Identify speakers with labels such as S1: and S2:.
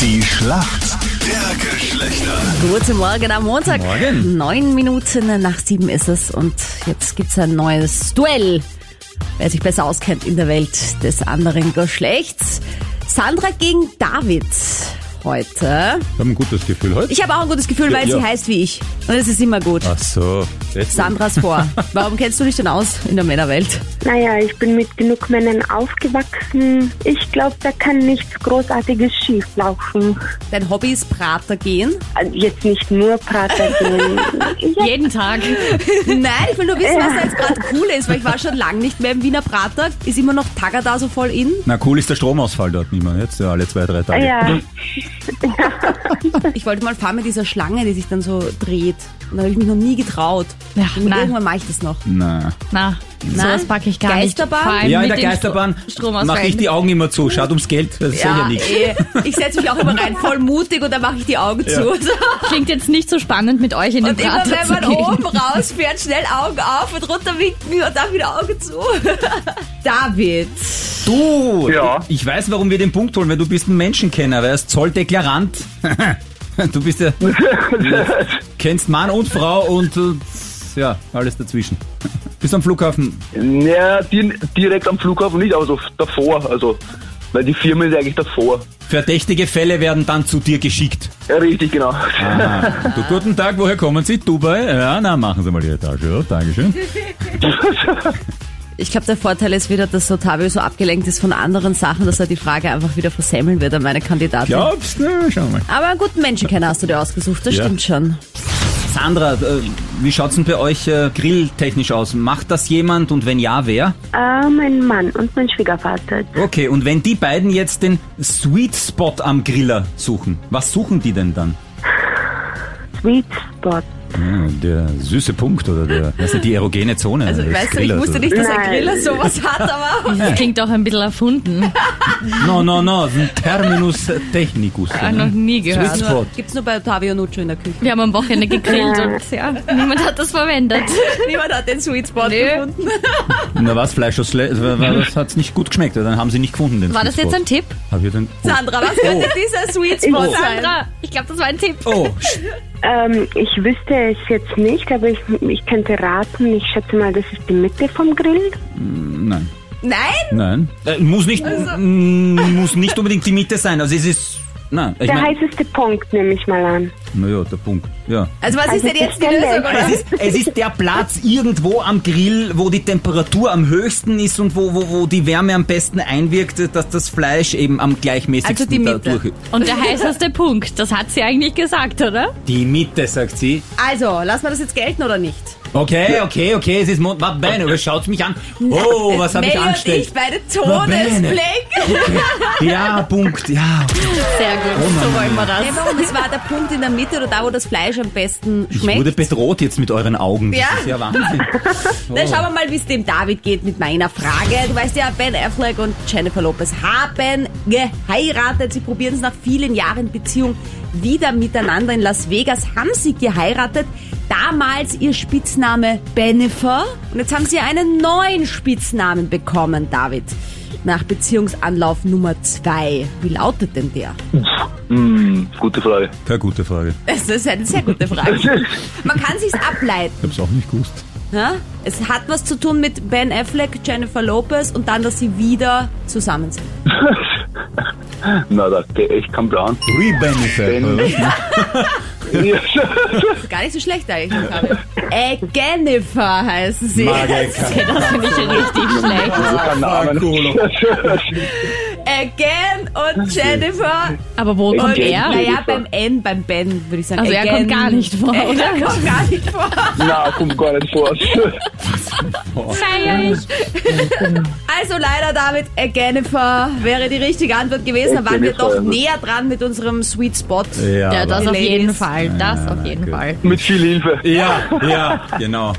S1: Die Schlacht der Geschlechter.
S2: Guten Morgen am Montag.
S3: Morgen.
S2: Neun Minuten nach sieben ist es und jetzt gibt's ein neues Duell. Wer sich besser auskennt in der Welt des anderen Geschlechts. Sandra gegen David heute.
S3: Ich habe ein gutes Gefühl heute.
S2: Ich habe auch ein gutes Gefühl,
S3: Ja,
S2: weil
S3: ja. Ah.
S2: sie heißt wie ich. Und es ist immer gut.
S3: Ach so. Jetzt
S2: Sandras vor. Warum kennst du dich denn aus in der Männerwelt?
S4: Naja, ich bin mit genug Männern aufgewachsen. Ich glaube, da kann nichts Großartiges schieflaufen.
S2: Dein Hobby ist Prater gehen.
S4: Also jetzt nicht nur Prater gehen. ja,
S5: Jeden Tag.
S2: Nein, ich will nur wissen, was da jetzt gerade cool ist, weil ich war schon lange nicht mehr im Wiener Prater. Ist immer noch Tagada so voll in.
S3: Na cool ist der Stromausfall dort nicht mehr. Jetzt ja, alle zwei, drei Tage.
S4: Ah, ja.
S2: Ich wollte mal fahren mit dieser Schlange, die sich dann so dreht. Und da habe ich mich noch nie getraut.
S5: Ja,
S2: Und
S5: nein.
S2: irgendwann mache ich das noch.
S3: Na.
S5: Na, sowas packe ich gar nicht.
S2: Geisterbahn?
S5: Vor allem
S3: Ja, in
S5: mit
S3: der
S5: den
S3: Geisterbahn
S5: Stro- Stromausfällen.
S3: mache ich die Augen immer zu. Schaut ums Geld. Das ist ja, ja nichts.
S2: eh. ich setze mich auch immer rein, voll mutig und dann mache ich die Augen zu. Und
S5: Klingt jetzt nicht so spannend, mit euch in den
S2: immer
S5: Prater
S2: wenn
S5: zu
S2: man
S5: gehen.
S2: oben rausfährt, schnell Augen auf und runter winken und dann wieder Augen zu. David.
S3: Du!
S6: Ja.
S3: Ich, ich weiß, warum wir den Punkt holen, weil du bist ein Menschenkenner, weil er ist Zolldeklarant. du bist ja. kennst Mann und Frau und äh, ja, alles dazwischen. Bist am Flughafen.
S6: Naja, di- direkt am Flughafen nicht, aber so davor, also, weil die Firma ist eigentlich davor.
S3: Verdächtige Fälle werden dann zu dir geschickt.
S6: Ja, richtig, genau.
S3: Du, guten Tag, woher kommen Sie? Dubai? Ja, na, machen Sie mal Ihre Tasche, ja, Dankeschön.
S2: Ich glaube, der Vorteil ist wieder, dass Otavio so abgelenkt ist von anderen Sachen, dass er die Frage einfach wieder versemmeln wird an meine Kandidatin.
S3: Glaubst du? Na, Schauen wir mal.
S2: Aber einen guten Menschenkenner hast du dir ausgesucht, das
S3: Ja.
S2: stimmt schon.
S3: Sandra, äh, wie schaut's denn bei euch äh, grilltechnisch aus? Macht das jemand und wenn ja, wer?
S4: Äh, mein Mann und mein Schwiegervater.
S3: Okay, und wenn die beiden jetzt den Sweet Spot am Griller suchen, was suchen die denn dann?
S4: Sweet Spot.
S3: der süße Punkt oder der, weiß nicht, die erogene Zone.
S2: Also, weißt du, ich wusste nicht, dass ein
S4: Nein.
S2: Griller sowas hat, aber
S5: Das klingt auch ein bisschen erfunden.
S3: No, no, no, das ist ein Terminus technicus. ne?
S5: Hab Ah, noch nie gehört.
S3: Sweet Spot.
S2: Also gibt's nur bei Otavio Nuccio in der Küche.
S5: Wir haben am Wochenende gegrillt und ja, niemand hat das verwendet.
S2: Niemand hat den Sweet Spot
S5: Nö.
S2: gefunden.
S3: Na was, Fleisch aus Fle- war- war- das hat's nicht gut geschmeckt, oder? dann haben sie nicht gefunden den
S5: War das
S3: Sweet
S5: jetzt
S3: Spot.
S5: ein Tipp?
S3: Hab ich den
S2: Sandra, was könnte dieser Sweet Spot sein?
S5: Sandra, ich glaube, das war ein Tipp.
S3: Oh,
S4: Ähm, ich wüsste es jetzt nicht, aber ich, ich könnte raten. Ich schätze mal, das ist die Mitte vom Grill.
S3: nein.
S2: Nein?
S3: Nein. Äh, muss, nicht,
S2: Also-
S3: m- muss nicht unbedingt die Mitte sein. Also es ist. Nein, ich
S4: Der
S3: meine.
S4: heißeste Punkt, nehme ich mal an.
S3: Naja, der Punkt. Ja.
S2: Also was ist denn jetzt die
S4: der
S2: Lösung?
S4: Lösung?
S2: Oder?
S3: Es ist, es ist der Platz irgendwo am Grill, wo die Temperatur am höchsten ist und wo, wo, wo die Wärme am besten einwirkt, dass das Fleisch eben am gleichmäßigsten
S2: Also die Mitte.
S3: dadurch.
S5: Und der heißeste Punkt, das hat sie eigentlich gesagt, oder?
S3: Die Mitte, sagt sie.
S2: Also, lassen wir das jetzt gelten oder nicht?
S3: Okay, okay, okay, es ist Mond. Warte, Beine, aber schaut mich an. Oh, was habe ich
S2: May
S3: angestellt?
S2: und ich beide
S3: Na, Bene.
S2: Todesblick.
S3: Ja, Punkt, ja.
S5: Sehr
S3: Oh
S5: gut, so wollen wir das.
S2: Nee, warum? Es war der Punkt in der Mitte oder da, wo das Fleisch am besten
S3: Ich wurde
S2: schmeckt.
S3: bedroht jetzt mit euren Augen. Das
S2: Ja.
S3: ist ja Wahnsinn.
S2: Dann schauen wir mal, wie es dem David geht mit meiner Frage. Du weißt ja, Ben Affleck und Jennifer Lopez haben geheiratet. Sie probieren es nach vielen Jahren Beziehung wieder miteinander. In Las Vegas haben sie geheiratet. Damals ihr Spitzname Bennifer. Und jetzt haben sie einen neuen Spitznamen bekommen, David. Nach Beziehungsanlauf Nummer zwei. Wie lautet denn der?
S6: Hm, gute Frage.
S3: Keine gute Frage.
S2: Das ist eine sehr gute Frage. Man kann sich's ableiten.
S3: Ich hab's auch nicht gewusst.
S2: Ja? Ne? Es hat was zu tun mit Ben Affleck, Jennifer Lopez und dann, dass sie wieder zusammen sind.
S6: Na, da hab ich echt keinen Plan.
S3: Rebenefeld.
S6: Ja.
S2: Gar nicht so schlecht eigentlich. Fabian. Äh, Jennifer heißen sie.
S5: Das finde ich richtig schlecht.
S6: Keine Ahnung.
S2: Äh, Gen und Jennifer.
S5: Aber wo
S2: Und
S5: kommt
S2: er?
S5: er?
S2: Naja, beim N, beim Ben würde ich sagen.
S5: Also er
S2: Again.
S5: kommt gar nicht vor,
S2: Äh, Er
S5: oder?
S2: kommt gar nicht vor.
S6: Na, kommt gar nicht vor.
S5: Feier ich.
S2: Also leider, David, äh, Jennifer wäre die richtige Antwort gewesen. Da waren wir
S6: Jennifer,
S2: doch
S6: ja.
S2: näher dran mit unserem Sweet Spot.
S3: Ja,
S5: Ja,
S3: aber-
S5: das auf
S2: Ladies.
S5: jeden Fall. Das auf jeden
S3: gut.
S5: Fall.
S6: Mit viel Hilfe.
S3: ja, ja, genau.